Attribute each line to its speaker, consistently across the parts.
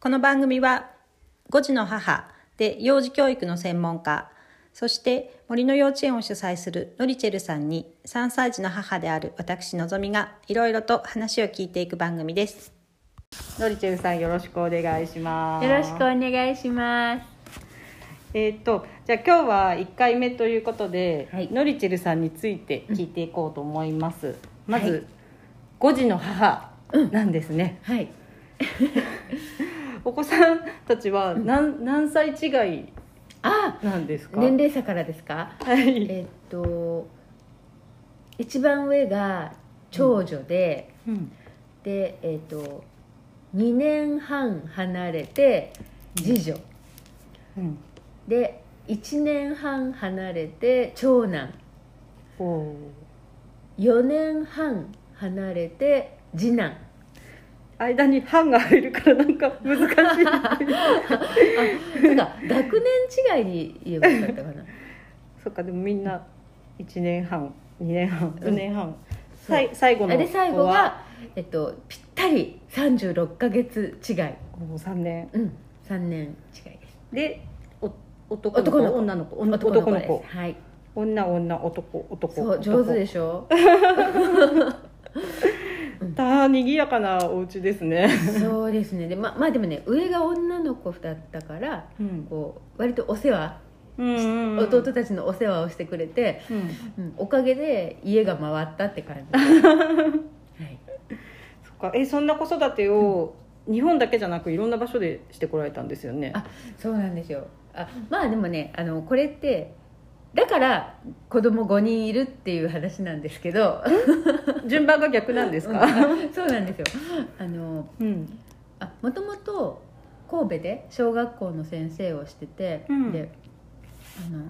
Speaker 1: この番組は5児の母で幼児教育の専門家そして森の幼稚園を主催するノリチェルさんに3歳児の母である私のぞみがいろいろと話を聞いていく番組ですノリチェルさんよろしくお願いします
Speaker 2: よろしくお願いします。
Speaker 1: えーっとじゃあ今日は1回目ということで、
Speaker 2: はい
Speaker 1: ノリチェルさんについて聞いていこうと思います、ま
Speaker 2: はい
Speaker 1: ず、5児の母なんですね、
Speaker 2: はい。
Speaker 1: お子さんたちは何,、何歳違い
Speaker 2: あ、
Speaker 1: なんですか
Speaker 2: 年齢差からですか。
Speaker 1: はい、
Speaker 2: えっと一番上が長女で、
Speaker 1: うん
Speaker 2: でえっと2年半離れて次女、
Speaker 1: うん、
Speaker 2: で1年半離れて長男、
Speaker 1: おお
Speaker 2: 4年半離れて次男。
Speaker 1: 間に「班が入るからなんか難しい
Speaker 2: あ、そうだ学年違いに言えばよかっ たかな。
Speaker 1: そっかでもみんな1年半2年半4年半、
Speaker 2: そう
Speaker 1: さい最後の
Speaker 2: あで最後
Speaker 1: 子は
Speaker 2: が、えっと、ぴったり36か月違い、
Speaker 1: もう3年
Speaker 2: うん、3年違いです
Speaker 1: でお男の子
Speaker 2: 男の子
Speaker 1: 女の子女男の子
Speaker 2: ですはい
Speaker 1: 女女男男
Speaker 2: そう上手で
Speaker 1: し
Speaker 2: しょ
Speaker 1: たにぎやかなお家ですね、
Speaker 2: そうですねでままあでもね上が女の子だったから
Speaker 1: うん、
Speaker 2: こう割とお世話、
Speaker 1: うんうんうん
Speaker 2: 弟たちのお世話をしてくれて、
Speaker 1: うん
Speaker 2: うん、おかげで家が回ったって感 じ、はい、
Speaker 1: そっかえそんな子育てを日本だけじゃなくいろんな場所でしてこられたんですよね
Speaker 2: あそうなんですよあまあでもねあのこれってだから子供5人いるっていう話なんですけど
Speaker 1: 順番が逆なんです
Speaker 2: うん
Speaker 1: か、
Speaker 2: あそうなんですよあの
Speaker 1: うん
Speaker 2: あもともと神戸で小学校の先生をしてて、
Speaker 1: うん
Speaker 2: であの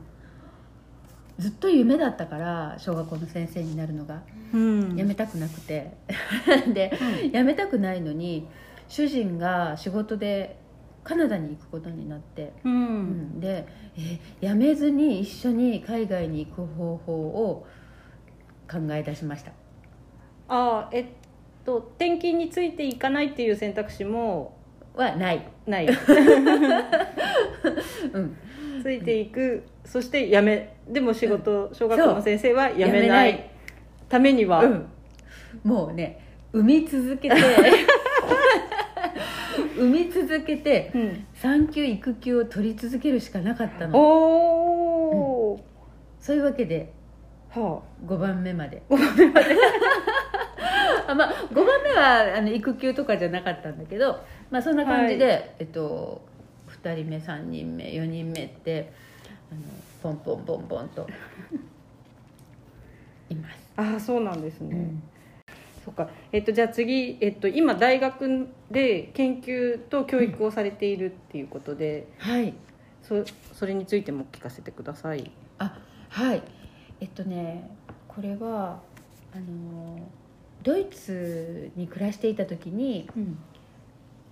Speaker 2: ずっと夢だったから小学校の先生になるのが
Speaker 1: うん
Speaker 2: やめたくなくて でやめたくないのに主人が仕事でカナダに行くことになって、
Speaker 1: う
Speaker 2: うんん、でえ辞めずに一緒に海外に行く方法を考え出しました
Speaker 1: あえっと転勤についていかないっていう選択肢も
Speaker 2: はない、
Speaker 1: ない
Speaker 2: うん、
Speaker 1: ついていくそしてやめでも仕事、小学校の先生はやめない
Speaker 2: やめな
Speaker 1: ためには、
Speaker 2: うん、もうね産み続 けて産み続けて
Speaker 1: うん
Speaker 2: 産休育休を取り続けるしかなかったの
Speaker 1: おお、
Speaker 2: そういうわけで
Speaker 1: は
Speaker 2: 5番目まで あまあ、5番目はあの育休とかじゃなかったんだけど、まあ、そんな感じで、えっと、2人目3人目4人目ってあのポンポンポンポン といます、
Speaker 1: あああそうなんですね、
Speaker 2: うん
Speaker 1: そっかえっとじゃあ次、えっと、今大学で研究と教育をされているっていうことで、
Speaker 2: はい
Speaker 1: そそれについても聞かせてください
Speaker 2: あはいえっとねこれはあのドイツに暮らしていた時に
Speaker 1: うん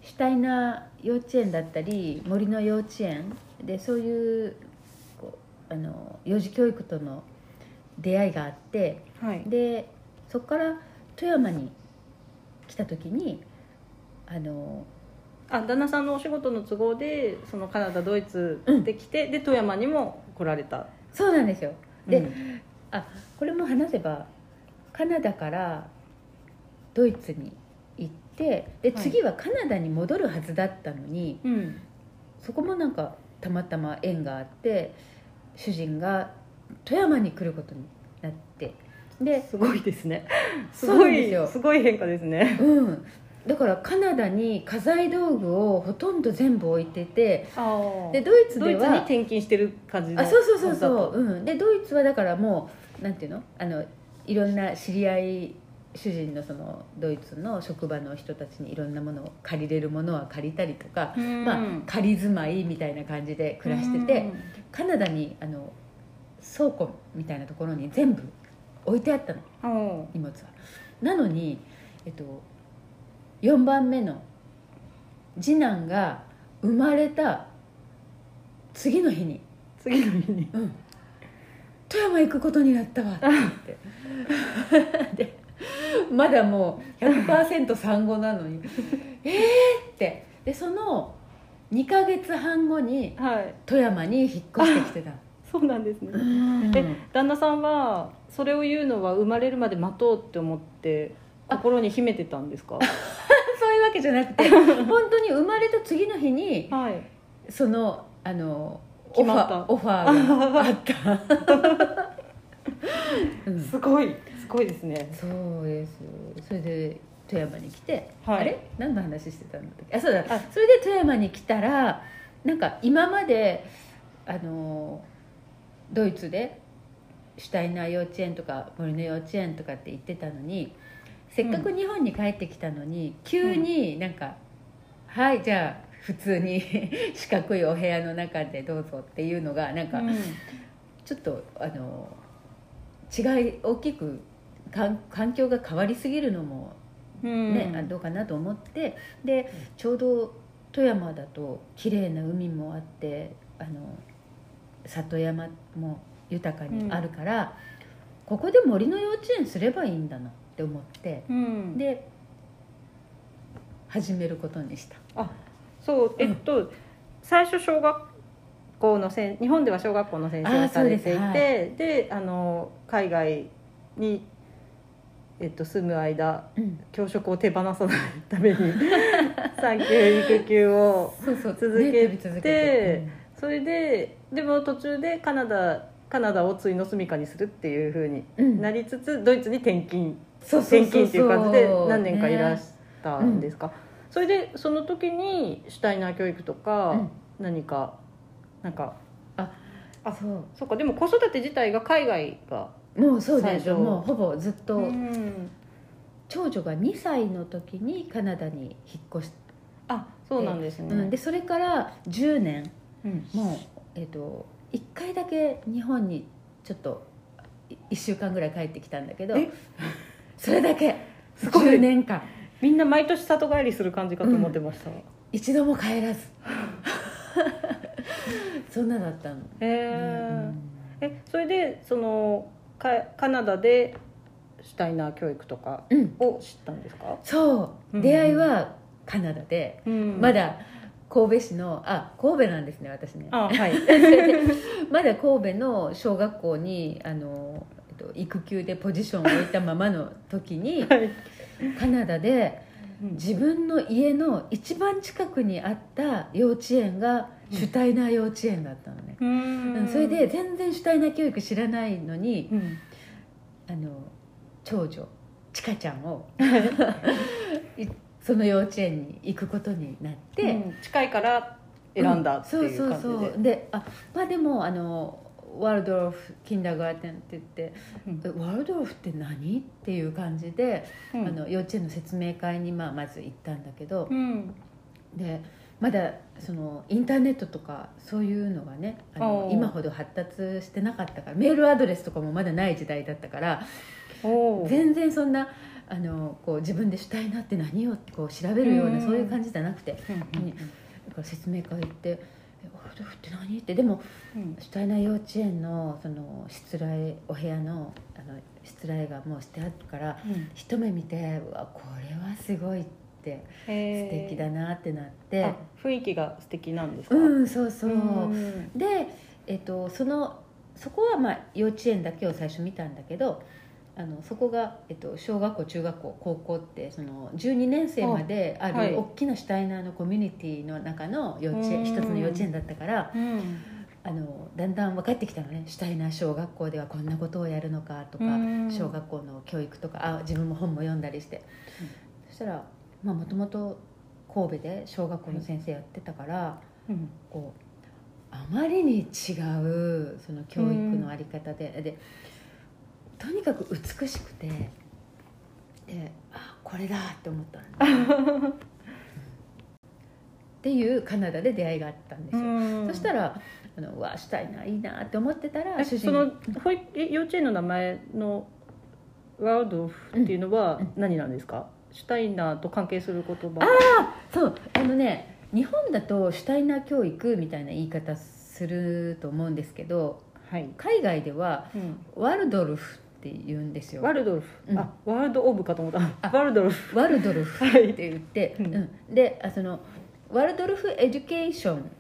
Speaker 2: シュタイナー幼稚園だったり森の幼稚園でそういうこうあの幼児教育との出会いがあって
Speaker 1: はい
Speaker 2: でそこから富山に来た時にあの
Speaker 1: あ旦那さんのお仕事の都合でそのカナダドイツ
Speaker 2: うん
Speaker 1: で来て、で富山にも来られた
Speaker 2: そうなんですよ
Speaker 1: で、
Speaker 2: であこれも話せばカナダからドイツに行って
Speaker 1: は
Speaker 2: で
Speaker 1: い
Speaker 2: 次はカナダに戻るはずだったのに、
Speaker 1: うん
Speaker 2: そこもなんかたまたま縁があって主人が富山に来ることになってで、
Speaker 1: すごいですねす
Speaker 2: そう
Speaker 1: ご
Speaker 2: なんで
Speaker 1: い
Speaker 2: すよ
Speaker 1: すごい変化ですね
Speaker 2: うん、だからカナダに家財道具をほとんど全部置いてて
Speaker 1: あ
Speaker 2: で
Speaker 1: で
Speaker 2: ドイツ
Speaker 1: ドイ
Speaker 2: で
Speaker 1: ツに
Speaker 2: は
Speaker 1: 転勤してる感じの
Speaker 2: あそうそうそう
Speaker 1: は
Speaker 2: そう、
Speaker 1: ずだと
Speaker 2: うん、でドイツはだからもうなんていうのあのいろんな知り合い主人のそのドイツの職場の人たちにいろんなものを借りれるものは借りたりとか、
Speaker 1: うん
Speaker 2: まあ、仮住まいみたいな感じで暮らして
Speaker 1: う
Speaker 2: て
Speaker 1: ん
Speaker 2: カナダにあの倉庫みたいなところに全部置いてあったの
Speaker 1: おう
Speaker 2: 荷物はなのに、えっと、4番目の次男が生まれた次の日に
Speaker 1: 次の日に
Speaker 2: うん、富山行くことになったわって言って でまだもう100%産後なのにえーってでその2ヶ月半後に
Speaker 1: はい
Speaker 2: 富山に引っ越してきてたの
Speaker 1: そうなんですね、
Speaker 2: うん
Speaker 1: え旦那さんはそれを言うのは生まれるまで待とうって思って心に秘めてたんですか
Speaker 2: そういうわけじゃなく て本当に生まれた次の日に
Speaker 1: はい
Speaker 2: そのあの
Speaker 1: 決まった
Speaker 2: オファーオファーがあった、 うん
Speaker 1: すごいすごいですね
Speaker 2: そうですそれで富山に来て、
Speaker 1: はい
Speaker 2: あれ何の話してたんだっけあそうだ
Speaker 1: あ
Speaker 2: それで富山に来たらなんか今まであのドイツでシュタイナー幼稚園とか森の幼稚園とかって行ってたのにせっかく日本に帰ってきたのに、急になんか「はいじゃあ普通に 四角いお部屋の中でどうぞ」っていうのがなんか、ちょっとあの違い大きくかん環境が変わりすぎるのも、
Speaker 1: うん
Speaker 2: ねあどうかなと思ってでちょうど富山だと綺麗な海もあってあの里山も豊かにあるから、ここで森の幼稚園すればいいんだなって思って
Speaker 1: うん、
Speaker 2: で始めることにした。
Speaker 1: そうえっと、最初小学校のせん日本では小学校の先生をされていて
Speaker 2: あーそう
Speaker 1: で,、あの海外に、えっと、住む間
Speaker 2: うん
Speaker 1: 教職を手放さないた めに産休育休を
Speaker 2: そうそう
Speaker 1: 続けて
Speaker 2: ね飛び続けて
Speaker 1: それででも途中でカナダカナダをついの住みかにするっていうふうに
Speaker 2: うんうん
Speaker 1: なりつつドイツに転勤
Speaker 2: そうそう
Speaker 1: 転勤
Speaker 2: そうそう
Speaker 1: っていう感じで何年かいらしたんですか、それでその時にシュタイナー教育と
Speaker 2: う
Speaker 1: か
Speaker 2: ん
Speaker 1: 何か、なんかあ
Speaker 2: そう
Speaker 1: そうかでも子育て自体が海外が
Speaker 2: もうそうで
Speaker 1: 最
Speaker 2: す
Speaker 1: 初
Speaker 2: よもうほぼずっと、
Speaker 1: うん
Speaker 2: 長女が2歳の時にカナダに引っ越して、
Speaker 1: あそうなんですね、
Speaker 2: うんでそれから10年
Speaker 1: うん
Speaker 2: もう、えっと1回だけ日本にちょっと1週間ぐらい帰ってきたんだけど
Speaker 1: え
Speaker 2: それだけ
Speaker 1: すごい
Speaker 2: 10年間
Speaker 1: みんな毎年里帰りする感じかと思ってました、へ
Speaker 2: 一度も帰らずそんなだったの、
Speaker 1: ええそれでそのかカナダでシュタイナー教育とか
Speaker 2: うんうん
Speaker 1: を知ったんですか、
Speaker 2: そう、
Speaker 1: うん
Speaker 2: 出会いはカナダで、
Speaker 1: うん
Speaker 2: まだ神戸市のあ神戸なんですね私ね
Speaker 1: あ はい
Speaker 2: まだ神戸の小学校にあの、えっと、育休でポジションを置いたままの時に
Speaker 1: はい
Speaker 2: カナダで
Speaker 1: うん
Speaker 2: 自分の家の一番近くにあった幼稚園がシュタイナー幼稚園だったのね、うんそれで、全然シュタイナー教育知らないのに
Speaker 1: うん
Speaker 2: あの長女ちかちゃんを いその幼稚園に行くことになって、
Speaker 1: うん近いから選んだっていう感じで、
Speaker 2: そうそうそうであまあでもあのワールドロフ・キンダーガーテンって言って「えワールドロフって何?」っていう感じで、
Speaker 1: うん
Speaker 2: あの幼稚園の説明会に、まあ、まず行ったんだけど
Speaker 1: う、ん
Speaker 2: でまだそのインターネットとかそういうのがねあの
Speaker 1: おー
Speaker 2: 今ほど発達してなかったからメールアドレスとかもまだない時代だったから
Speaker 1: おー
Speaker 2: 全然そんなあのこう自分で主体になって何をこう調べるような
Speaker 1: うん
Speaker 2: そういう感じじゃなくて
Speaker 1: うんうん
Speaker 2: だから説明会行って「えワールドロフって何?」ってでも
Speaker 1: うん
Speaker 2: シュタイナー幼稚園のその室内お部屋のあの室内がもうしてあるから
Speaker 1: うん
Speaker 2: 一目見てうわこれはすごいって素
Speaker 1: へー
Speaker 2: 敵だなってなって、
Speaker 1: あ雰囲気が素敵なんですか、
Speaker 2: うんそうそう、
Speaker 1: うん
Speaker 2: で、えっとそのそこはまあ幼稚園だけを最初見たんだけどあのそこが、えっと、小学校中学校高校ってその12年生まであ
Speaker 1: あはい
Speaker 2: る大きなシュタイナーのコミュニティの中の幼稚
Speaker 1: うん
Speaker 2: 園一つの幼稚園だったから。
Speaker 1: うん
Speaker 2: あのだんだん分かってきたのねシュタイナー小学校ではこんなことをやるのかとか
Speaker 1: うん
Speaker 2: 小学校の教育とかあ自分も本も読んだりして、そしたらもともと神戸で小学校の先生やってたから、
Speaker 1: うん
Speaker 2: こうあまりに違うその教育のあり方で,、でとにかく美しくてであこれだって思った のっていうカナダで出会いがあったんですよ。そした
Speaker 1: ら
Speaker 2: らあのうわしたいないいなって思ってたら主人
Speaker 1: その保育え幼稚園の名前のワールドフっていうのは
Speaker 2: うん
Speaker 1: 何なんですか、シュタイナーと関係する言葉
Speaker 2: そうあのね日本だとシュタイナー教育みたいな言い方すると思うんですけど
Speaker 1: はい、
Speaker 2: 海外では
Speaker 1: うん、
Speaker 2: ワルドルフって言うんですよ
Speaker 1: ワルドルフ、
Speaker 2: うん
Speaker 1: あワールドオブかと思ったワルドルフ
Speaker 2: ワルドルフ
Speaker 1: はい
Speaker 2: って言って、
Speaker 1: うん
Speaker 2: うんであそのワルドルフ・エデュケーション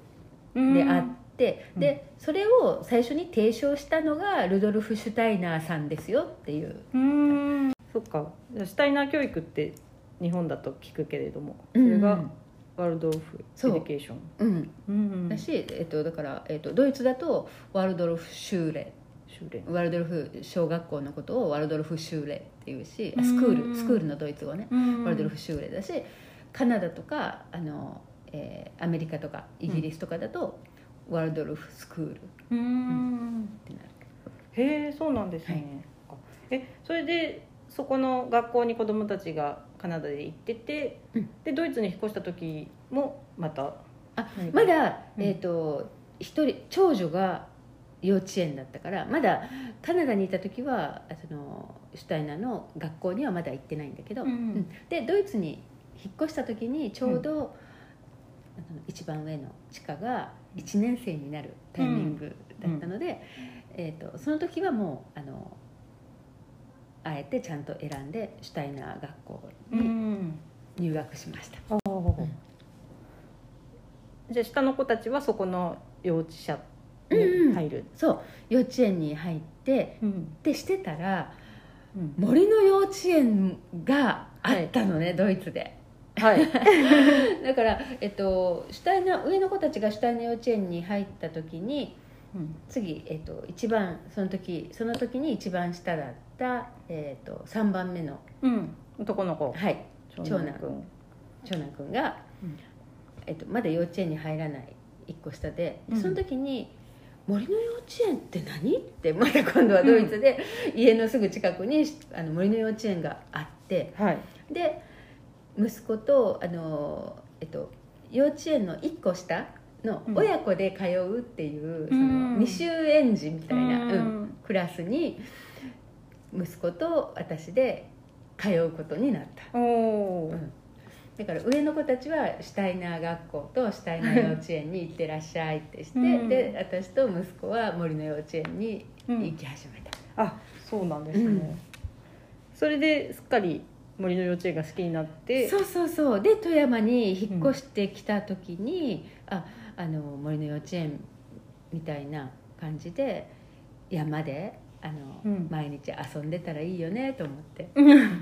Speaker 1: うん
Speaker 2: であって、
Speaker 1: うん
Speaker 2: でそれを最初に提唱したのがルドルフ・シュタイナーさんですよっていう、
Speaker 1: うんそっかシュタイナー教育って日本だと聞くけれどもそ
Speaker 2: うん
Speaker 1: れがワルドルフ・エデ
Speaker 2: そう
Speaker 1: ュケーション
Speaker 2: うん
Speaker 1: うん
Speaker 2: だし、えっと、だから、えっと、ドイツだとワルドルフ・シューレ
Speaker 1: 修練
Speaker 2: ワルドルフ小学校のことをワルドルフ・シューレっていうしあ
Speaker 1: うん
Speaker 2: スクールスクールのドイツ語ね
Speaker 1: ワ
Speaker 2: ワルドルフ・シューレだしカナダとかあの、えーアメリカとかイギリスとかだと、ワルドルフ・スクールっ
Speaker 1: うん
Speaker 2: てなる
Speaker 1: へえそうなんですね、えそれでそこの学校に子供たちがカナダで行ってて、
Speaker 2: うん
Speaker 1: でドイツに引っ越した時もまた
Speaker 2: あ
Speaker 1: 何か
Speaker 2: まだ、
Speaker 1: うん
Speaker 2: えっ、と一人長女が幼稚園だったからまだカナダにいた時はあそのシュタイナーの学校にはまだ行ってないんだけど、
Speaker 1: うん
Speaker 2: でドイツに引っ越した時にちょうど、あの一番上の地下が1年生になるタイミングだったので、えー、とその時はもうあのあえてちゃんと選んでシュタイナー学校に
Speaker 1: ん
Speaker 2: 入学しました。
Speaker 1: あー
Speaker 2: うん
Speaker 1: じゃあ下の子たちはそこの幼稚舎
Speaker 2: うんうん
Speaker 1: に入る、
Speaker 2: そう幼稚園に入って
Speaker 1: うん
Speaker 2: でしてたら
Speaker 1: うん
Speaker 2: 森の幼稚園があったのね、ドイツで
Speaker 1: はい、
Speaker 2: だから、えっと、シュタイナー上の子たちがシュタイナー幼稚園に入った時に
Speaker 1: うん
Speaker 2: 次、えっと、一番その時その時に一番下だった、えっと、3番目の、
Speaker 1: うん、男の子
Speaker 2: はい、
Speaker 1: 長男くん
Speaker 2: 長男くんが、
Speaker 1: うん
Speaker 2: えっと、まだ幼稚園に入らない1個下でで
Speaker 1: うん
Speaker 2: その時に「森の幼稚園って何?」ってまた今度はドイツで、家のすぐ近くにあの森の幼稚園があって。
Speaker 1: はい
Speaker 2: で息子とあの、えっと、幼稚園の1個下の
Speaker 1: うん
Speaker 2: 親子で通うっていう、そ
Speaker 1: うん
Speaker 2: の未就園児みたいな、
Speaker 1: うん
Speaker 2: うんクラスに息子と私で通うことになった
Speaker 1: おおー、
Speaker 2: だから上の子たちはシュタイナー学校とシュタイナー幼稚園に行ってらっしゃいってして、
Speaker 1: うん
Speaker 2: で私と息子は森の幼稚園に
Speaker 1: うん
Speaker 2: 行き始めた、
Speaker 1: あそうなんですね、
Speaker 2: うん
Speaker 1: それですっかり森の幼稚園が好きになって
Speaker 2: そうそうそうで富山に引っ越してきた時に、ああの森の幼稚園みたいな感じで山であの、
Speaker 1: うん
Speaker 2: 毎日遊んでたらいいよねと思って
Speaker 1: うん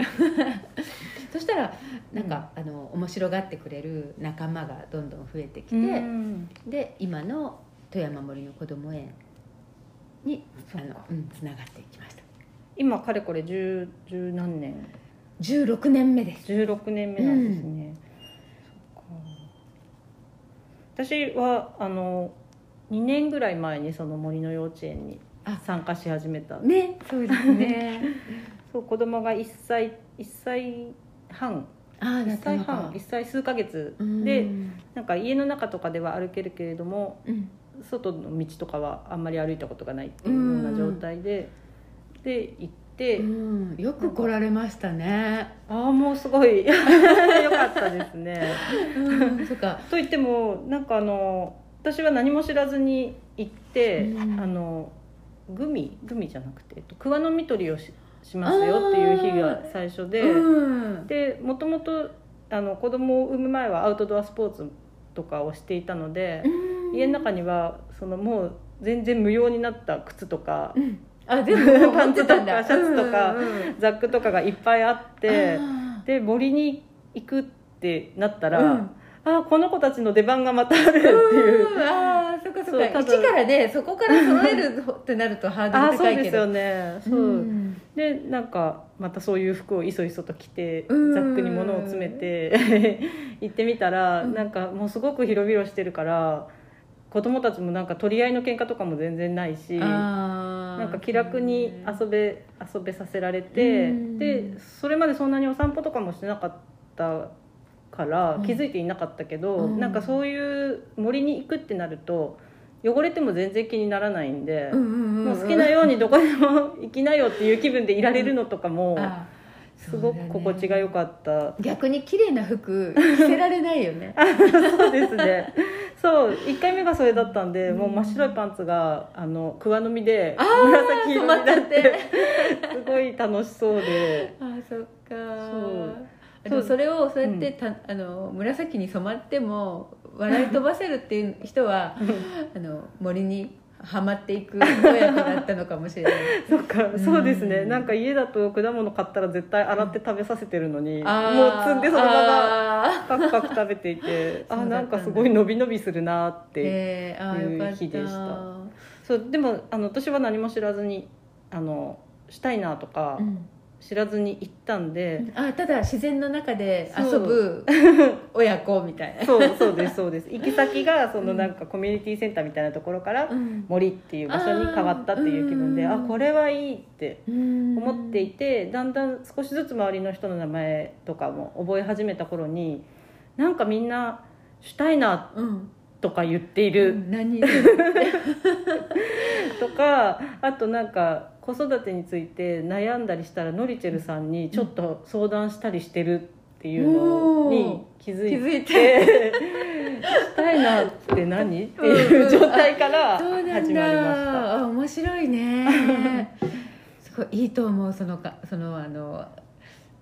Speaker 2: そしたらなんか、あの面白がってくれる仲間がどんどん増えてきて、
Speaker 1: うん
Speaker 2: で今の富山森のこども園につな、あのうん、繋がっていきました
Speaker 1: 今かれこれ十十何年
Speaker 2: 16年目です
Speaker 1: 十六年目なんですね、そっか私はあの二年ぐらい前にその森の幼稚園に
Speaker 2: あ
Speaker 1: 参加し始めた
Speaker 2: ねそうですね
Speaker 1: そう子供が一歳一歳半
Speaker 2: ああ
Speaker 1: 一歳半一歳数ヶ月で、
Speaker 2: うん
Speaker 1: なんか家の中とかでは歩けるけれども
Speaker 2: うん
Speaker 1: 外の道とかはあんまり歩いたことがないっていうような状態で、で行って、
Speaker 2: うん、よく来られましたね。
Speaker 1: ああもうすごい よかったですね。
Speaker 2: うん、そっか。
Speaker 1: と言ってもなんかあの私は何も知らずに行って、
Speaker 2: うん
Speaker 1: あのグミグミじゃなくてえっと桑の実取りをししますよっていう日が最初で、
Speaker 2: うん、
Speaker 1: でもともとあの子供を産む前はアウトドアスポーツとかをしていたので、家の中にはそのもう全然無用になった靴とか
Speaker 2: う。ん、あ、全 部
Speaker 1: パンツとかシャツとか
Speaker 2: うんうんうん
Speaker 1: ザックとかがいっぱいあって
Speaker 2: あ
Speaker 1: で森に行くってなったら、
Speaker 2: うん
Speaker 1: ああこの子たちの出番がまたあるっていう、
Speaker 2: ーうんあー、そっかそ
Speaker 1: そう
Speaker 2: っ
Speaker 1: 多
Speaker 2: か。
Speaker 1: 分
Speaker 2: 一からね、そこから揃えるってなるとハー
Speaker 1: あ
Speaker 2: ド
Speaker 1: あ
Speaker 2: ル
Speaker 1: そ
Speaker 2: 高
Speaker 1: う
Speaker 2: い
Speaker 1: で
Speaker 2: け
Speaker 1: す
Speaker 2: ど。
Speaker 1: よねそう、
Speaker 2: うん
Speaker 1: でなんかまたそういう服をいそいそと着てザ
Speaker 2: うん
Speaker 1: ックに物を詰めて 行ってみたら、
Speaker 2: うん
Speaker 1: なんかもうすごく広々してるから子供たちもなんか取り合いの喧嘩とかも全然ないし。
Speaker 2: あー
Speaker 1: なんか気楽に遊べ遊べさせられて
Speaker 2: うん
Speaker 1: でそれまでそんなにお散歩とかもしてなかったから
Speaker 2: うん
Speaker 1: 気づいていなかったけど、
Speaker 2: うん
Speaker 1: なんかそういう森に行くってなると汚れても全然気にならないんで、
Speaker 2: うんうんうん、
Speaker 1: もう好きなようにどこでも行きなよっていう気分でいられるのとかも
Speaker 2: あー
Speaker 1: すごく心地が良かった
Speaker 2: そうだね逆に綺麗な服着せられないよね。
Speaker 1: そうですねそう1回目がそれだったんで、もう真っ白いパンツがあの桑の実で
Speaker 2: あー
Speaker 1: 紫色になっ
Speaker 2: 染まっちゃ
Speaker 1: てすごい楽しそうで。
Speaker 2: あーそっか
Speaker 1: そう
Speaker 2: で
Speaker 1: そ
Speaker 2: も
Speaker 1: う
Speaker 2: それをそうやってた、あの紫に染まっても笑い飛ばせるっていう人はあの森にはまっていく親子だったのかも しれない
Speaker 1: そっか、そうですね
Speaker 2: うん
Speaker 1: なんか家だと果物買ったら絶対洗って食べさせてるのに、
Speaker 2: あー
Speaker 1: もう摘んでそのまま
Speaker 2: あ
Speaker 1: パクパク食べていてあ
Speaker 2: そうだったんだ
Speaker 1: なんかすごい伸び伸びするなーっ
Speaker 2: ー
Speaker 1: て、
Speaker 2: えーあーよかっ、
Speaker 1: いう日でしたそうでもあの私は何も知らずにあのしたいなとか
Speaker 2: うん
Speaker 1: 知らずに行ったんで、
Speaker 2: あただ自然の中で
Speaker 1: そ
Speaker 2: 遊 ぶ親子みたいな、
Speaker 1: そうそうですそう です行き先がそのなんかコミュニティセンターみたいなところから
Speaker 2: うん
Speaker 1: 森っていう場所に変わったっていう気分であ
Speaker 2: あーうん
Speaker 1: これはいいって思
Speaker 2: 思
Speaker 1: っていてだんだん少しずつ周りの人の名前とかも覚え始めた頃になんかみんな「シュタイナ
Speaker 2: うん、
Speaker 1: ー」とか言っている
Speaker 2: 何
Speaker 1: とかあとなんか子育てについて悩んだりしたらノリチェルさんにちょっと相談したりしてるっていうのに気づいて
Speaker 2: 気づい
Speaker 1: て「したいな」って何っていう状態から
Speaker 2: そ
Speaker 1: 始
Speaker 2: う
Speaker 1: まりま
Speaker 2: なん
Speaker 1: した。
Speaker 2: だあ面白 いねすごいいいと思うそのかそのあの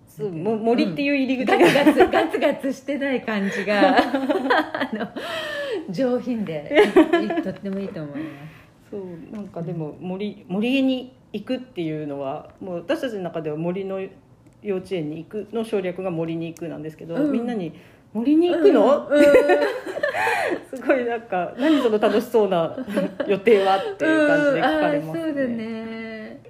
Speaker 1: そうも森っていう入り口
Speaker 2: ガ
Speaker 1: が、
Speaker 2: ツガツガツガツしてない感じが あの上品でいいとってもいいと思います
Speaker 1: そうなんかでも森森に行くっていうのはもう私たちの中では森の幼稚園に行くの省略が森に行くなんですけど、
Speaker 2: うん
Speaker 1: みんなに「森に行くの
Speaker 2: うんうん
Speaker 1: すごいなんか何その楽しそうな予定はっていう感じで聞かれます
Speaker 2: うんあーそうだね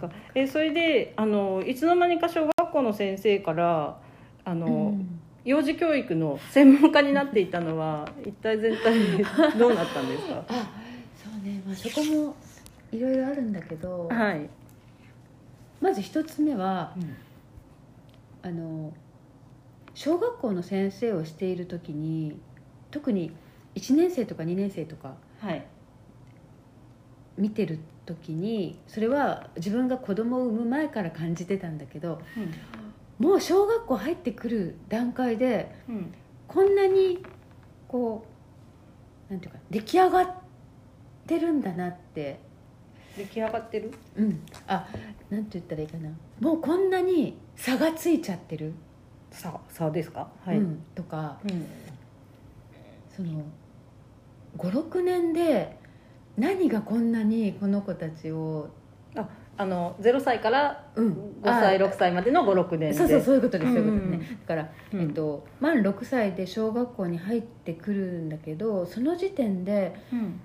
Speaker 1: なんかえそれであのいつの間にか小学校の先生からあの、
Speaker 2: うん
Speaker 1: 幼児教育の専門家になっていたのは一体全体でどうなったんです か
Speaker 2: あそうね、まあ、そこもいろいろあるんだけど、
Speaker 1: はい、
Speaker 2: まず一つ目はあの小学校の先生をしている時に特に1年生とか2年生とか
Speaker 1: はい
Speaker 2: 見てる時にそれは自分が子供を産む前から感じてたんだけどもう小学校入ってくる段階で
Speaker 1: うんうん
Speaker 2: こんなにこうなんていうか出来上がってるんだなって
Speaker 1: 出来上がってる
Speaker 2: うんあなんて言ったらいいかなもうこんなに差がついちゃってる、
Speaker 1: ささですかはい、
Speaker 2: うん、とか
Speaker 1: うん
Speaker 2: その56年で何がこんなにこの子たちを、
Speaker 1: あの0歳から
Speaker 2: うん
Speaker 1: 5、歳
Speaker 2: あ
Speaker 1: 6歳までの56年で
Speaker 2: そうそうそういうことです、そういうこと
Speaker 1: うんうん
Speaker 2: ですねだから、
Speaker 1: うん
Speaker 2: えっと、満6歳で小学校に入ってくるんだけどその時点で
Speaker 1: うん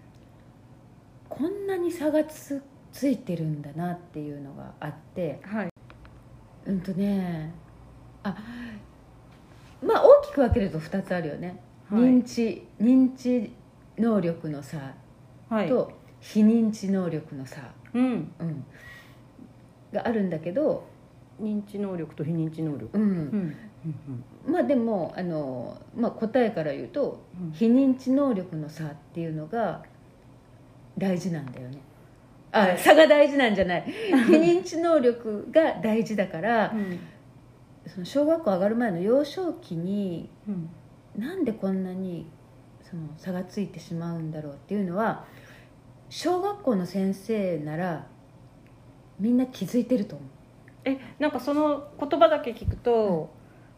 Speaker 2: こんなに差がつついてるんだなっていうのがあって
Speaker 1: はい
Speaker 2: うんとねあまあ大きく分けると2つあるよね、認知認知能力の差
Speaker 1: はい、
Speaker 2: と非認知能力の差、
Speaker 1: うん、
Speaker 2: うん、があるんだけど、
Speaker 1: 認知能力と非認知能力
Speaker 2: う、
Speaker 1: うんん
Speaker 2: まあでもあの、まあ、答えから言うと
Speaker 1: うん
Speaker 2: 非認知能力の差っていうのが大事なんだよねあ差が大事なんじ ゃない非認知能力が大事だからその小学校上がる前の幼少期に
Speaker 1: うん
Speaker 2: なんでこんなにその差がついてしまうんだろうっていうのは小学校の先生ならみんな気づいてると思う
Speaker 1: えなんかその言葉だけ聞くと、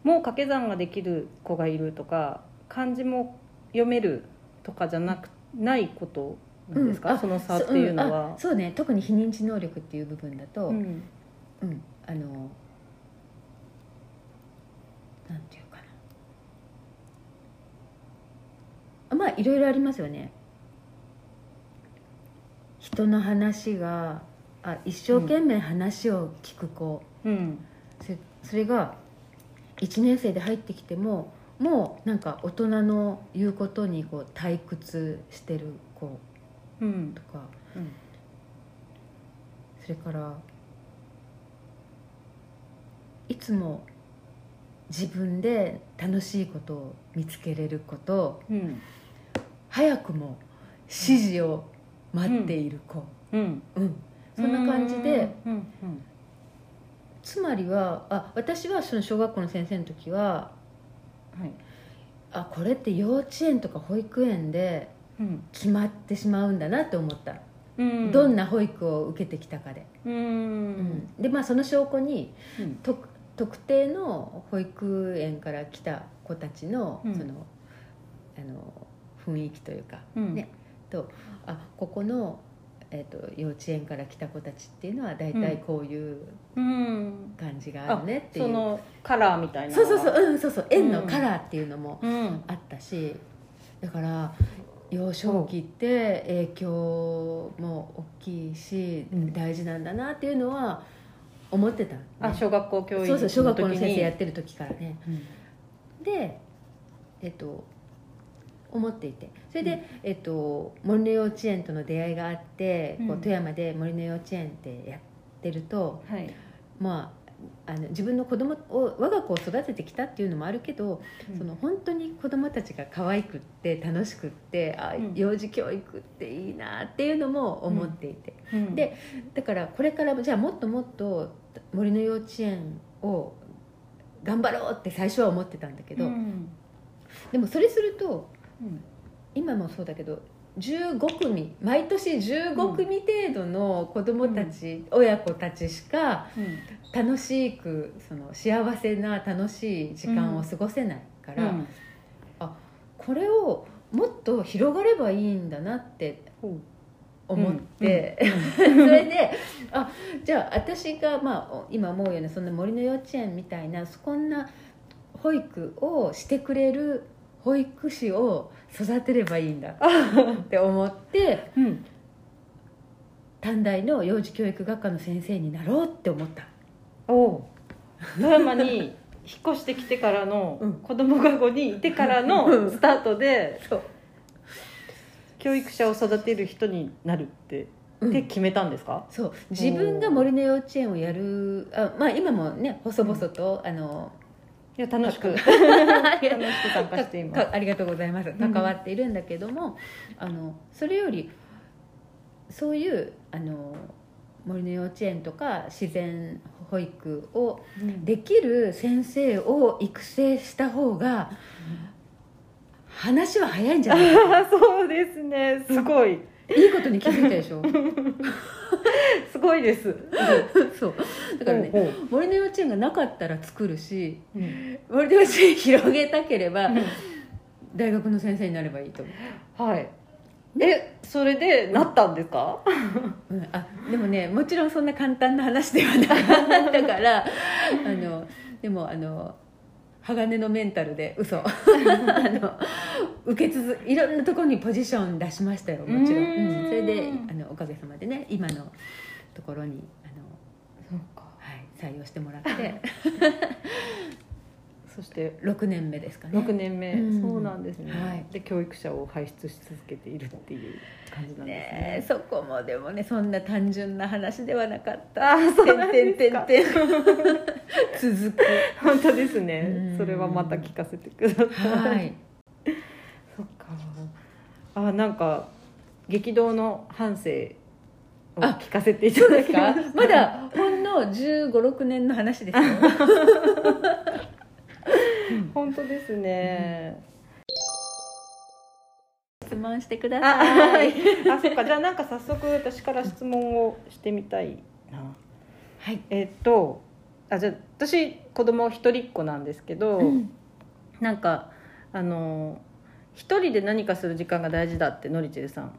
Speaker 1: もう掛け算ができる子がいるとか漢字も読めるとかじゃなくないことなんですか、
Speaker 2: うんあ
Speaker 1: その差っていうの
Speaker 2: そん
Speaker 1: は
Speaker 2: あ、そうね特に非認知能力っていう部分だと、
Speaker 1: うん
Speaker 2: うん、あのなんていうかなあまあいろいろありますよね人の話があ一生懸命話を聞く子、
Speaker 1: うん
Speaker 2: それそれが1年生で入ってきてももうなんか大人の言うことにこう退屈してる子
Speaker 1: うん
Speaker 2: とか、
Speaker 1: うん
Speaker 2: それからいつも自分で楽しいことを見つけれること
Speaker 1: うん
Speaker 2: 早くも指示を待っている子、
Speaker 1: うん
Speaker 2: うんそんな感じで
Speaker 1: うんうん
Speaker 2: つまりはあ私はその小学校の先生の時は
Speaker 1: はい
Speaker 2: あこれって幼稚園とか保育園で
Speaker 1: うん
Speaker 2: 決まってしまうんだなって思った、
Speaker 1: うん
Speaker 2: どんな保育を受けてきたかで、
Speaker 1: うん
Speaker 2: うんでまあその証拠に
Speaker 1: うん
Speaker 2: と特定の保育園から来た子たちの,、
Speaker 1: うん
Speaker 2: そのあの雰囲気というか
Speaker 1: うん
Speaker 2: ねあここの、えー、と幼稚園から来た子たちっていうのは大体こういう
Speaker 1: うん
Speaker 2: 感じがあるねっていう、
Speaker 1: そのカラーみたいな
Speaker 2: そうそうそう
Speaker 1: う、
Speaker 2: うんそうそう園のカラーっていうのも
Speaker 1: うん、
Speaker 2: あったし、だから幼少期って影響も大きいし、
Speaker 1: うん
Speaker 2: 大事なんだなっていうのは思ってた、ね、
Speaker 1: あ小学校教育
Speaker 2: そうそう小学校の先生や
Speaker 1: っ、
Speaker 2: っててる時からね
Speaker 1: うん
Speaker 2: でえっと思っていてそれで、えっと、森の幼稚園との出会いがあって、こ
Speaker 1: う
Speaker 2: うん富山で森の幼稚園ってやってると
Speaker 1: はい、
Speaker 2: まああの自分の子供を我が子を育ててきたっていうのもあるけど、その本当に子供たちが可愛くって楽しくってあ、
Speaker 1: うん
Speaker 2: 幼児教育っていいなっていうのも思っていて、
Speaker 1: うん
Speaker 2: でだからこれからもじゃあもっともっと森の幼稚園を頑張ろうって最初は思ってたんだけど、
Speaker 1: うん
Speaker 2: でもそれすると
Speaker 1: うん
Speaker 2: 今もそうだけど15組毎年15組程度の子供たち、親子たちしか
Speaker 1: うん
Speaker 2: 楽しくその幸せな楽しい時間を過ごせないから、
Speaker 1: うん
Speaker 2: これをもっと広がればいいんだなって
Speaker 1: ほ
Speaker 2: 思って、 それであじゃあ私が、まあ、お今思うようなそんな森の幼稚園みたいなそんな保育をしてくれる保育士を育てればいいんだって 思って
Speaker 1: ううん
Speaker 2: 短大の幼児教育学科の先生になろうって思った
Speaker 1: おう富山に引っ越してきてからの、
Speaker 2: うん
Speaker 1: 子供が5人いてからのスタートで
Speaker 2: そう、
Speaker 1: 教育者を育てる人になるって、
Speaker 2: うん
Speaker 1: って決めたんですか
Speaker 2: そう自分が森の幼稚園をやるあまあ今もね細々と、あ の
Speaker 1: いや楽しく 楽しく参加しています
Speaker 2: かありがとうございます関わっているんだけども、あのそれよりそういうあの森の幼稚園とか自然保育を
Speaker 1: うん
Speaker 2: できる先生を育成した方が話は早いんじゃな いか
Speaker 1: あ そうですねすごい
Speaker 2: いいことに気づいた でしょ
Speaker 1: すごいです
Speaker 2: そうだからね
Speaker 1: ほうほ
Speaker 2: 森の幼稚園がなかったら作るし
Speaker 1: ううん
Speaker 2: 森の幼稚園広げたければ大学の先生になればいいと思う
Speaker 1: はいえそれでなったんですか
Speaker 2: うんあでもねもちろんそんな簡単な話ではなかったから あのでもあの鋼のメンタルで 嘘あの受け続いろんなところにポジション出しましたよもちろん
Speaker 1: うーん
Speaker 2: うんそれであのおかげさまでね今のところにあの、
Speaker 1: そうか
Speaker 2: はい、採用してもらって
Speaker 1: そして
Speaker 2: 6年目ですかね
Speaker 1: 6年目、
Speaker 2: うん
Speaker 1: そうなんですね、
Speaker 2: はい
Speaker 1: で教育者を輩出し続けているっていう感じなんです
Speaker 2: ねえ
Speaker 1: ね
Speaker 2: そこもでもねそんな単純な話ではなかった
Speaker 1: あーそうなん
Speaker 2: てん
Speaker 1: です
Speaker 2: て
Speaker 1: か
Speaker 2: んてんてん続く
Speaker 1: 本当ですね、
Speaker 2: うん
Speaker 1: それはまた聞かせてください、
Speaker 2: はい
Speaker 1: そっかあなんか激動の半生を聞かせていた
Speaker 2: そう
Speaker 1: だ
Speaker 2: で
Speaker 1: き
Speaker 2: す
Speaker 1: ま
Speaker 2: か
Speaker 1: す。
Speaker 2: まだほんの1 5六6年の話 ですよ
Speaker 1: 本当ですね、
Speaker 2: 質問してくだ
Speaker 1: あ
Speaker 2: さ
Speaker 1: はいいあそっかじゃあなんか早速私から質問をしてみたいな
Speaker 2: はい
Speaker 1: えっとあじゃあ私子供一人っ子なんですけど、
Speaker 2: うん
Speaker 1: なんかあの一人で何かする時間が大事だってノリチェルさん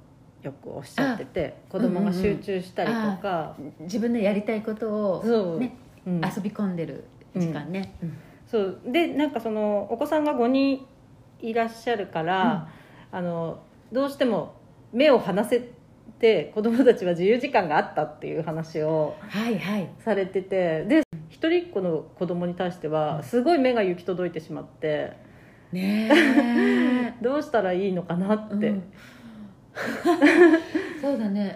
Speaker 1: よくおっしゃってて子供が集中したりとか、
Speaker 2: 自分のやりたいことを、
Speaker 1: そう、
Speaker 2: ね
Speaker 1: うん
Speaker 2: 遊び込んでる時間ね、
Speaker 1: そうでなんかそのお子さんが5人いらっしゃるから、あのどうしても目を離せて子供たちは自由時間があったっていう話を
Speaker 2: はいはい
Speaker 1: されててで一人っ子の子供に対してはすごい目が行き届いてしまって
Speaker 2: ね え
Speaker 1: どうしたらいいのかなって、
Speaker 2: うん、 そうだね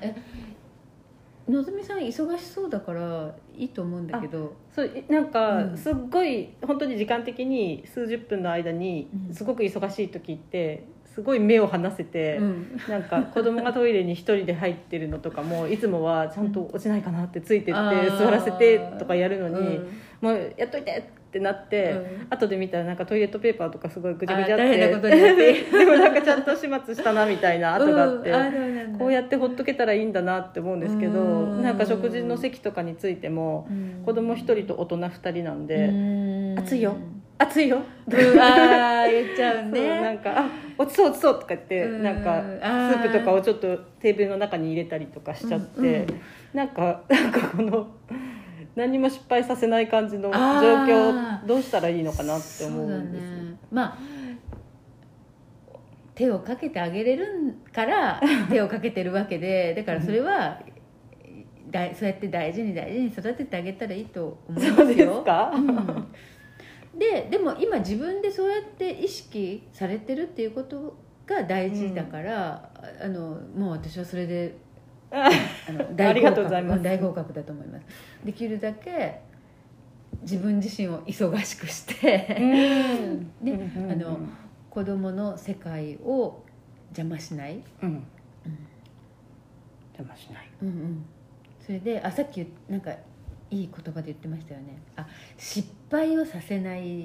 Speaker 2: えのぞみさん忙しそうだからいいと思うんだけど
Speaker 1: そういなん
Speaker 2: う
Speaker 1: か
Speaker 2: ん
Speaker 1: すっごい本当に時間的に数十分の間に
Speaker 2: うん
Speaker 1: すごく忙しい時ってすごい目を離せて。
Speaker 2: うん
Speaker 1: なんか子供がトイレに一人で入ってるのとかもいつもはちゃんと落ちないかなってついてって
Speaker 2: あー
Speaker 1: 座らせてとかやるのに、
Speaker 2: うん
Speaker 1: もうやっといてっってなって、
Speaker 2: うん
Speaker 1: 後で見たらなんかトイレットペーパーとかすごいぐちゃぐちゃ
Speaker 2: あ
Speaker 1: っ
Speaker 2: ー大
Speaker 1: て
Speaker 2: 変なことになって
Speaker 1: でもなんかちゃんと始末したなみたいな跡があって、
Speaker 2: うんあそうなんだ
Speaker 1: こうやってほっとけたらいいんだなって思うんですけど、
Speaker 2: うん
Speaker 1: なんか食事の席とかについても、子供一人と大人二人なんで、
Speaker 2: で
Speaker 1: 暑いよ暑いよ
Speaker 2: うわー言っちゃう
Speaker 1: そうな
Speaker 2: ね
Speaker 1: んか「あ落ちそう落ちそう」とか言って
Speaker 2: うん
Speaker 1: なんか
Speaker 2: あー
Speaker 1: スープとかをちょっとテーブルの中に入れたりとかしちゃって、
Speaker 2: うんうん
Speaker 1: なんかなんかこの何も失敗させない感じの状
Speaker 2: あ
Speaker 1: 況
Speaker 2: ー
Speaker 1: どうしたらいいのかなって思う
Speaker 2: そだ
Speaker 1: んですよ
Speaker 2: ねまあ手をかけてあげれる から手をかけてるわけでだからそれはだいそうやって大事に大事に育ててあげたらいいと思いますよ
Speaker 1: そうですか、
Speaker 2: うんででも今自分でそうやって意識されてるっていうことが大事だから、あのもう私はそれであ の
Speaker 1: ありがとうございます
Speaker 2: ん大合格だと思いますできるだけ自分自身を忙しくして、ね
Speaker 1: うん
Speaker 2: あの子供の世界を邪魔しない、
Speaker 1: うん邪魔しない
Speaker 2: うんうんそれであさっきなんかいい言葉で言ってましたよねあ失敗をさせないっ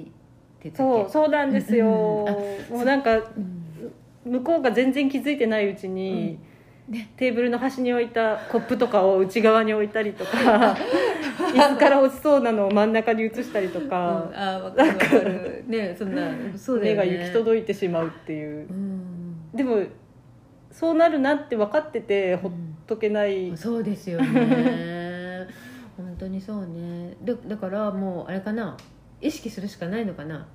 Speaker 2: て言ってたっけ
Speaker 1: そうそうなんですよ、
Speaker 2: うんあ
Speaker 1: もうなんか
Speaker 2: うん
Speaker 1: 向こうが全然気づいてないうちに、テーブルの端に置いたコップとかを内側に置いたりと か椅子から落ちそうなのを真ん中に移したりと
Speaker 2: うん
Speaker 1: か、
Speaker 2: あわかるわかるねそんなそうだ
Speaker 1: 目
Speaker 2: よね
Speaker 1: が行き届いてしまうっていう
Speaker 2: う、ん
Speaker 1: でもそうなるなって分かっててほっとけない、
Speaker 2: そうですよね本当にそうねだだからもうあれかな意識するしかないのかな、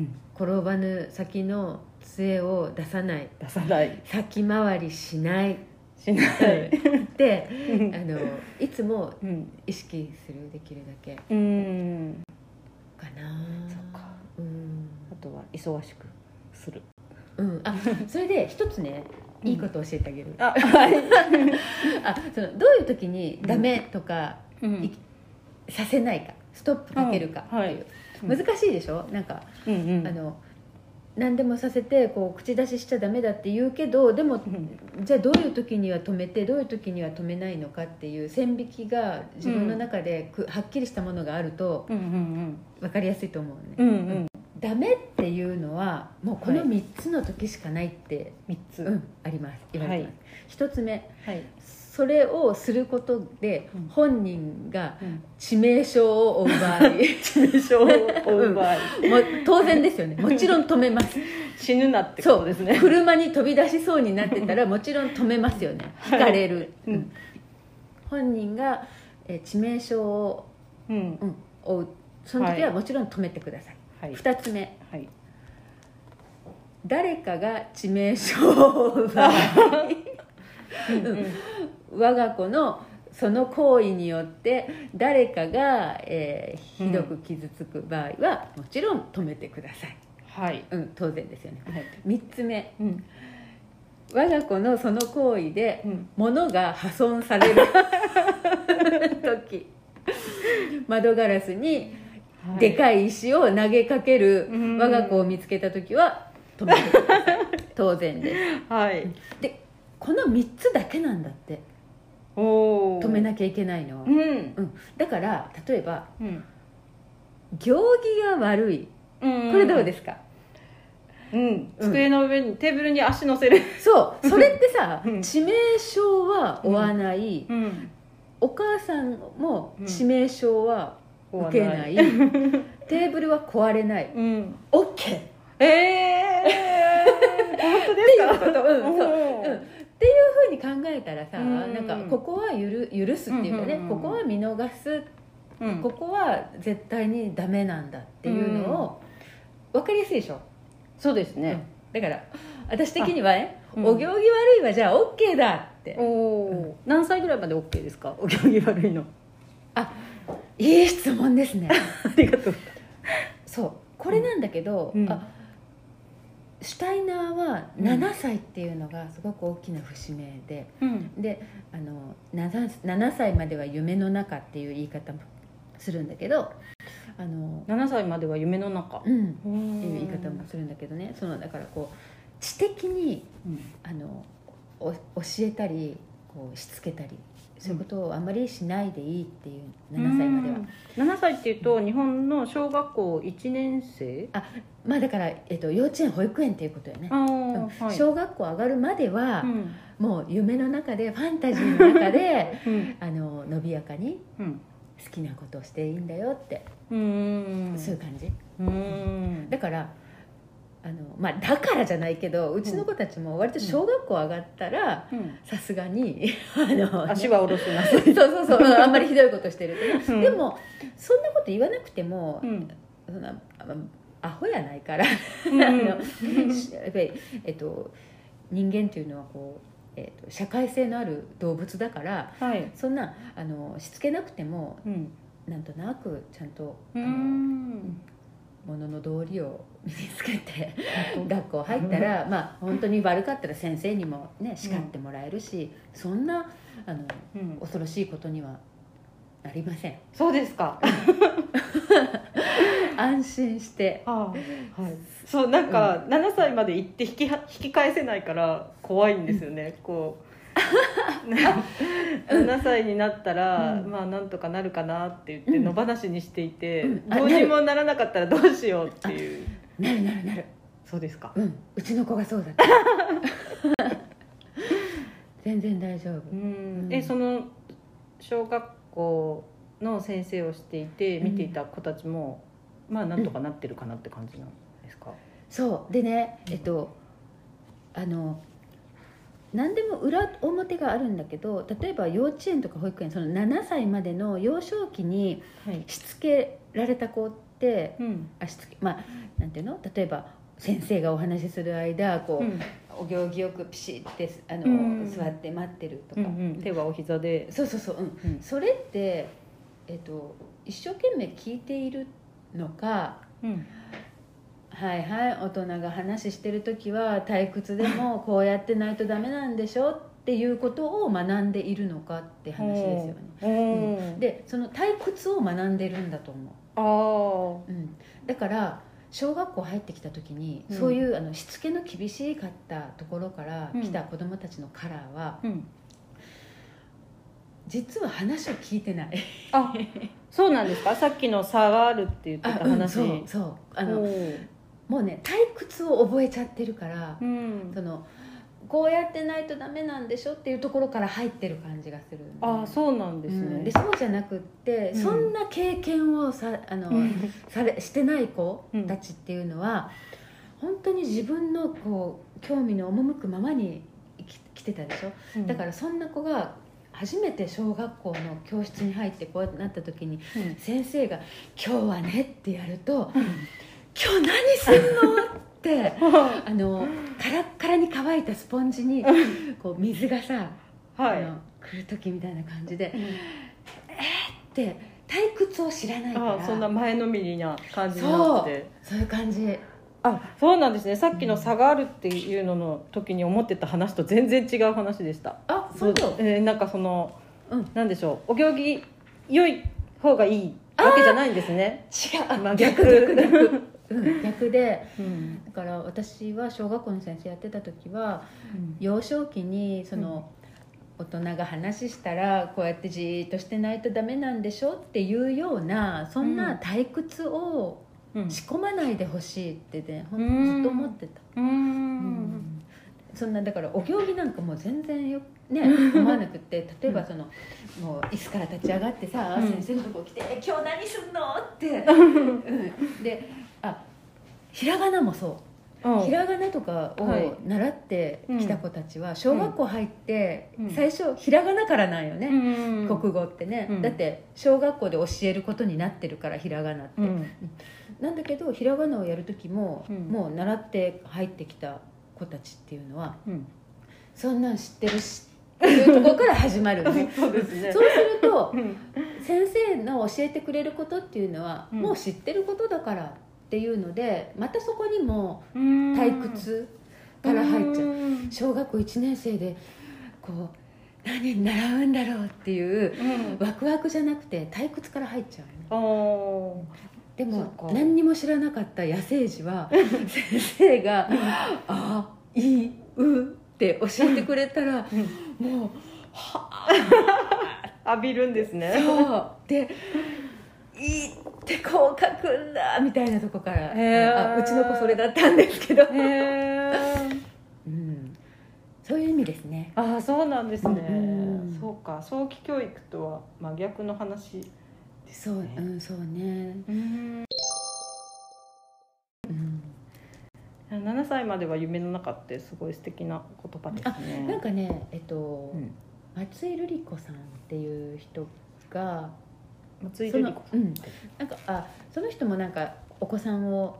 Speaker 1: うん
Speaker 2: 転ばぬ先の杖を出さない
Speaker 1: 出さない
Speaker 2: 先回りしない
Speaker 1: しない、
Speaker 2: であのいつも
Speaker 1: うん
Speaker 2: 意識するできるだけ
Speaker 1: うん
Speaker 2: かな
Speaker 1: そっか
Speaker 2: うん
Speaker 1: あとは忙しくする
Speaker 2: うん、あそれで一つねいいことを教えてあげる、
Speaker 1: あはい、
Speaker 2: あそのどういう時にダメとか
Speaker 1: うん
Speaker 2: させないかストップかけるかっていう、
Speaker 1: うんはいうん
Speaker 2: 難しいでしょなんか、
Speaker 1: うんうん
Speaker 2: あの何でもさせてこう口出ししちゃダメだって言うけどでも
Speaker 1: ん
Speaker 2: じゃあどういう時には止めてどういう時には止めないのかっていう線引きが自分の中でく、はっきりしたものがあると
Speaker 1: うんうん
Speaker 2: 分かりやすいと思うね、
Speaker 1: うんうんうん
Speaker 2: ダメっていうのはもうこの
Speaker 1: はい
Speaker 2: 3つの時しかないって、
Speaker 1: 3つ、
Speaker 2: うん、あります言われてます、一つ目
Speaker 1: はい、
Speaker 2: それをすることで
Speaker 1: うん
Speaker 2: 本人が
Speaker 1: うん、
Speaker 2: 致命傷を負う 場合
Speaker 1: 致命傷を負う場合、
Speaker 2: もう当然ですよねもちろん止めます
Speaker 1: 死ぬなってことですね
Speaker 2: 車に飛び出しそうになってたらもちろん止めますよね引かれる、
Speaker 1: うん
Speaker 2: うん本人がえー致命傷を、
Speaker 1: うん
Speaker 2: うん負うその時は
Speaker 1: はい
Speaker 2: もちろん止めてください、
Speaker 1: はい
Speaker 2: 2つ目
Speaker 1: はい
Speaker 2: 誰かが致命傷を負う 場合我が子のその行為によって誰かが、えーひどく傷つく場合は、もちろん止めてください、
Speaker 1: はい
Speaker 2: うん、当然ですよね
Speaker 1: はい
Speaker 2: 3つ目
Speaker 1: うん
Speaker 2: 我が子のその行為で
Speaker 1: うん
Speaker 2: 物が破損 される時窓ガラスにで
Speaker 1: い
Speaker 2: かい石を投げかける
Speaker 1: うん
Speaker 2: 我が子を見つけた時は止めてください当然です
Speaker 1: はい
Speaker 2: でこの3つだけなんだって
Speaker 1: おお
Speaker 2: 止めなきゃいけないのは
Speaker 1: う、ん
Speaker 2: うん、だから例えば
Speaker 1: うん
Speaker 2: 行儀が悪いこ
Speaker 1: こ
Speaker 2: れどうですか、
Speaker 1: うん机の上にテーブルに足乗せる
Speaker 2: そうそれってさ
Speaker 1: うん
Speaker 2: 致命傷は負わない、
Speaker 1: うん
Speaker 2: お母さんも致命傷は受けない,、テーブルは壊れない
Speaker 1: うん
Speaker 2: オッケーっ
Speaker 1: ええ本当で
Speaker 2: て
Speaker 1: す
Speaker 2: いう
Speaker 1: か
Speaker 2: こと、うんそう
Speaker 1: お
Speaker 2: うん、っ
Speaker 1: ー
Speaker 2: ていうふうに考えたらさ、
Speaker 1: うん
Speaker 2: なんかここはゆる許すっていうかね、
Speaker 1: うんうんうん
Speaker 2: ここは見逃す、
Speaker 1: うん
Speaker 2: ここは絶対にダメなんだっていうのを、分かりやすいでしょ
Speaker 1: そうですね
Speaker 2: だから私的にはね、
Speaker 1: あうん
Speaker 2: お行儀悪いはじゃあオッケーだって
Speaker 1: おお何歳ぐらいまで OK ですかお行儀悪いの
Speaker 2: いい質問です ね
Speaker 1: ありがとう
Speaker 2: そうこれなんだけど、
Speaker 1: うん
Speaker 2: あシュタイナーは7歳っていうのがすごく大きな節目で、
Speaker 1: うん
Speaker 2: であの 7, 7歳までは夢の中っていう言い方もするんだけどあの、
Speaker 1: 7歳までは夢の中っ
Speaker 2: うん、ってていう言い方もするんだけどねそのだからこう知的にあのお教えたりこうしつけたりそういうことをあまりしないでいいっていう7歳までは
Speaker 1: うん7歳っていうと日本の小学校1年生
Speaker 2: まあだから、えっと、幼稚園保育園っていうことよね
Speaker 1: あ、
Speaker 2: うん
Speaker 1: あはい
Speaker 2: 小学校上がるまでは、
Speaker 1: うん
Speaker 2: もう夢の中でファンタジーの中で
Speaker 1: うん
Speaker 2: あの伸びやかに
Speaker 1: うん
Speaker 2: 好きなことをしていいんだよって、
Speaker 1: うん
Speaker 2: そういう感じ
Speaker 1: うん
Speaker 2: だからあのまあだからじゃないけどうちの子たちも割と小学校上がったら
Speaker 1: うん
Speaker 2: さすがに あの、
Speaker 1: 足
Speaker 2: は
Speaker 1: は下ろせな
Speaker 2: そ
Speaker 1: さ
Speaker 2: うそう そううんあんまりひどいことしてるとね、
Speaker 1: うん
Speaker 2: でもそんなこと言わなくても、
Speaker 1: うん
Speaker 2: そんなあアホやないから
Speaker 1: うん
Speaker 2: あのしやっぱり、えっと、人間というのはこう、えっと、社会性のある動物だから
Speaker 1: はい
Speaker 2: そんなあのしつけなくても
Speaker 1: うん
Speaker 2: なんとなくちゃんとあ
Speaker 1: う
Speaker 2: の
Speaker 1: ん
Speaker 2: ものの道理を身につけて学校入ったら、まあ本当に悪かったら先生にも、ね、叱ってもらえるし、そんなあの
Speaker 1: うん
Speaker 2: 恐ろしいことにはなりません
Speaker 1: そうですか
Speaker 2: 安心して
Speaker 1: ああはい、そうなんか7歳まで行って引きは引き返せないから怖いんですよね、こ うな7歳になったら、
Speaker 2: うん
Speaker 1: まあなんとかなるかなって言って
Speaker 2: うん
Speaker 1: 野放しにしていて、
Speaker 2: うんあ
Speaker 1: どうにもならなかったらどうしようっていう
Speaker 2: なるなるなる
Speaker 1: そうですか
Speaker 2: うんうちの子がそうだった 全然大丈夫
Speaker 1: うん
Speaker 2: う
Speaker 1: え
Speaker 2: ん
Speaker 1: その小学校の先生をしていて
Speaker 2: うん
Speaker 1: 見ていた子たちも、まあなんとかなってるかなって感じなんですか、
Speaker 2: そうでねえっとあの何でも裏表があるんだけど例えば幼稚園とか保育園その7歳までの幼少期に
Speaker 1: はい、
Speaker 2: しつけられた子って
Speaker 1: うん
Speaker 2: あしつけまあなんていうの例えば先生がお話しする間こう、
Speaker 1: うん
Speaker 2: お行儀よくピシッてあの、
Speaker 1: うん
Speaker 2: 座って待ってると
Speaker 1: う
Speaker 2: か、
Speaker 1: んうん、手はお膝で、
Speaker 2: そうそうそう、うん、
Speaker 1: うん
Speaker 2: それって、えっと、一生懸命聞いているのか
Speaker 1: うん
Speaker 2: はいはい大人が話してる時は退屈 でもこうやってないとダメなんでしょっていうことを学んでいるのかって話ですよね
Speaker 1: おー
Speaker 2: でその退屈を学んでるんだと思
Speaker 1: ああ
Speaker 2: う、うん、だから小学校入ってきた時に、
Speaker 1: うん
Speaker 2: そういうあのしつけの厳しかったところから
Speaker 1: うん
Speaker 2: 来た子供たちのカラーは、
Speaker 1: うん
Speaker 2: 実は話を聞いてない
Speaker 1: あそうなんです かさっきの差があるって言ってた
Speaker 2: うん
Speaker 1: 話、
Speaker 2: そうそうあの
Speaker 1: おー
Speaker 2: もうね退屈を覚えちゃってるから
Speaker 1: う、ん
Speaker 2: そのこうやってないとダメなんでしょっていうところから入ってる感じがするんだよね
Speaker 1: あそうなんですね、
Speaker 2: うんでそうじゃなくって、
Speaker 1: うん
Speaker 2: そんな経験をさあの、
Speaker 1: うん、
Speaker 2: されしてない子たちっていうのは、本当に自分のこう興味の赴くままに生き来てたでしょ、だかららそんな子が初めて小学校の教室に入ってこうなった時に
Speaker 1: うん
Speaker 2: 先生が「今日はね」ってやると「今日何すんの?」って。あのカラッカラに乾いたスポンジにこう水がさ、
Speaker 1: は
Speaker 2: あ
Speaker 1: い
Speaker 2: の来る時みたいな感じでで退屈を知らないから
Speaker 1: あそんな前のめりな感じになって
Speaker 2: そういう感じ
Speaker 1: あそうなんですねさっきの差があるっていうのの時に思ってた話と全然違う話でした
Speaker 2: あそう
Speaker 1: えーなんかその、
Speaker 2: うん
Speaker 1: なんでしょうお行儀良い方がいいわけじゃないんですね
Speaker 2: 違うあ
Speaker 1: まあ
Speaker 2: 逆
Speaker 1: 逆
Speaker 2: 逆逆、うん、逆で
Speaker 1: うん
Speaker 2: だから私は小学校の先生やってた時は幼少期にその、大人が話したらこうやってじーっとしてないとダメなんでしょっていうようなそんな退屈を
Speaker 1: うん
Speaker 2: 仕込まないでほしいってね、ほん
Speaker 1: うん
Speaker 2: ずっと思ってた、
Speaker 1: うーん
Speaker 2: そんなだからお行儀なんかもう全然よね思わなくって例えばその、もう椅子から立ち上がってさ、
Speaker 1: うん
Speaker 2: 先生のとこ来て「今日何すんの?」って、うん、であひらがなもそう
Speaker 1: うん
Speaker 2: ひらがなとか
Speaker 1: はい
Speaker 2: を習ってきた子たちは小学校入って
Speaker 1: うん
Speaker 2: 最初ひらがなからなんよね、
Speaker 1: うん
Speaker 2: 国語ってね、
Speaker 1: うん
Speaker 2: だって小学校で教えることになってるからひらがなって、
Speaker 1: うん
Speaker 2: なんだけどひらがなをやる時も、
Speaker 1: うん
Speaker 2: もう習って入ってきた子たちっていうのは
Speaker 1: うん
Speaker 2: そんなん知ってるしっていうところから始まるよね
Speaker 1: そうですね
Speaker 2: そうすると
Speaker 1: うん
Speaker 2: 先生の教えてくれることっていうのは、
Speaker 1: うん
Speaker 2: もう知ってることだからっていうのでまたそこにも退
Speaker 1: 退
Speaker 2: 屈から入っちゃう、
Speaker 1: うん
Speaker 2: 小学校1年生でこう何習うんだろうっていう
Speaker 1: うん
Speaker 2: ワクワクじゃなくて退屈から入っちゃうよね
Speaker 1: あーそ
Speaker 2: でも
Speaker 1: っか
Speaker 2: 何にも知らなかった野生児 は先生が「あいう」って教えてくれたら
Speaker 1: うん
Speaker 2: もう「はあ」
Speaker 1: 浴びるんですね
Speaker 2: そうで「いいってこう書くんだ」みたいなとこから、
Speaker 1: へー
Speaker 2: あうちの子それだったんですけど、
Speaker 1: へえ
Speaker 2: うん、そういう意味ですね
Speaker 1: ああそうなんですね、
Speaker 2: うん
Speaker 1: そうか早期教育とは真逆の話です
Speaker 2: そう,、
Speaker 1: ね
Speaker 2: うん、そうね、
Speaker 1: うん
Speaker 2: うん、
Speaker 1: 7歳までは夢の中ってすごい素敵な言葉ですね
Speaker 2: なんかねえっと、
Speaker 1: うん
Speaker 2: 松井瑠璃子さんっていう人が
Speaker 1: 松井
Speaker 2: そ
Speaker 1: 瑠璃
Speaker 2: の
Speaker 1: 子、
Speaker 2: うん、なんかあその人もなんかお子さんを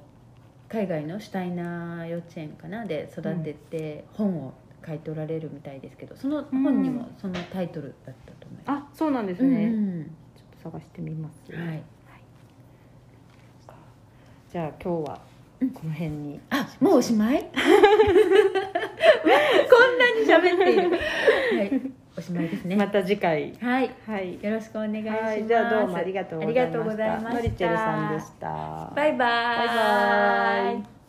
Speaker 2: 海外のシュタイナー幼稚園かなで育てて本を書いておられるみたいですけど、その本にもそのタイトルだったと思います。
Speaker 1: あそうなんです
Speaker 2: う
Speaker 1: ね、
Speaker 2: ん
Speaker 1: ちょっと探してみます、
Speaker 2: うんはい、
Speaker 1: じゃあ今日は
Speaker 2: うん
Speaker 1: この辺に、
Speaker 2: あもうおしまい こんなに喋っている、はい、おしまいですね、
Speaker 1: また次回
Speaker 2: はいよ
Speaker 1: はい
Speaker 2: ろしくお願いします、
Speaker 1: はいじゃあどうもありがとうございました
Speaker 2: ありがとうございました
Speaker 1: のりちぇるさんでした
Speaker 2: バイバーイ
Speaker 1: バイバイ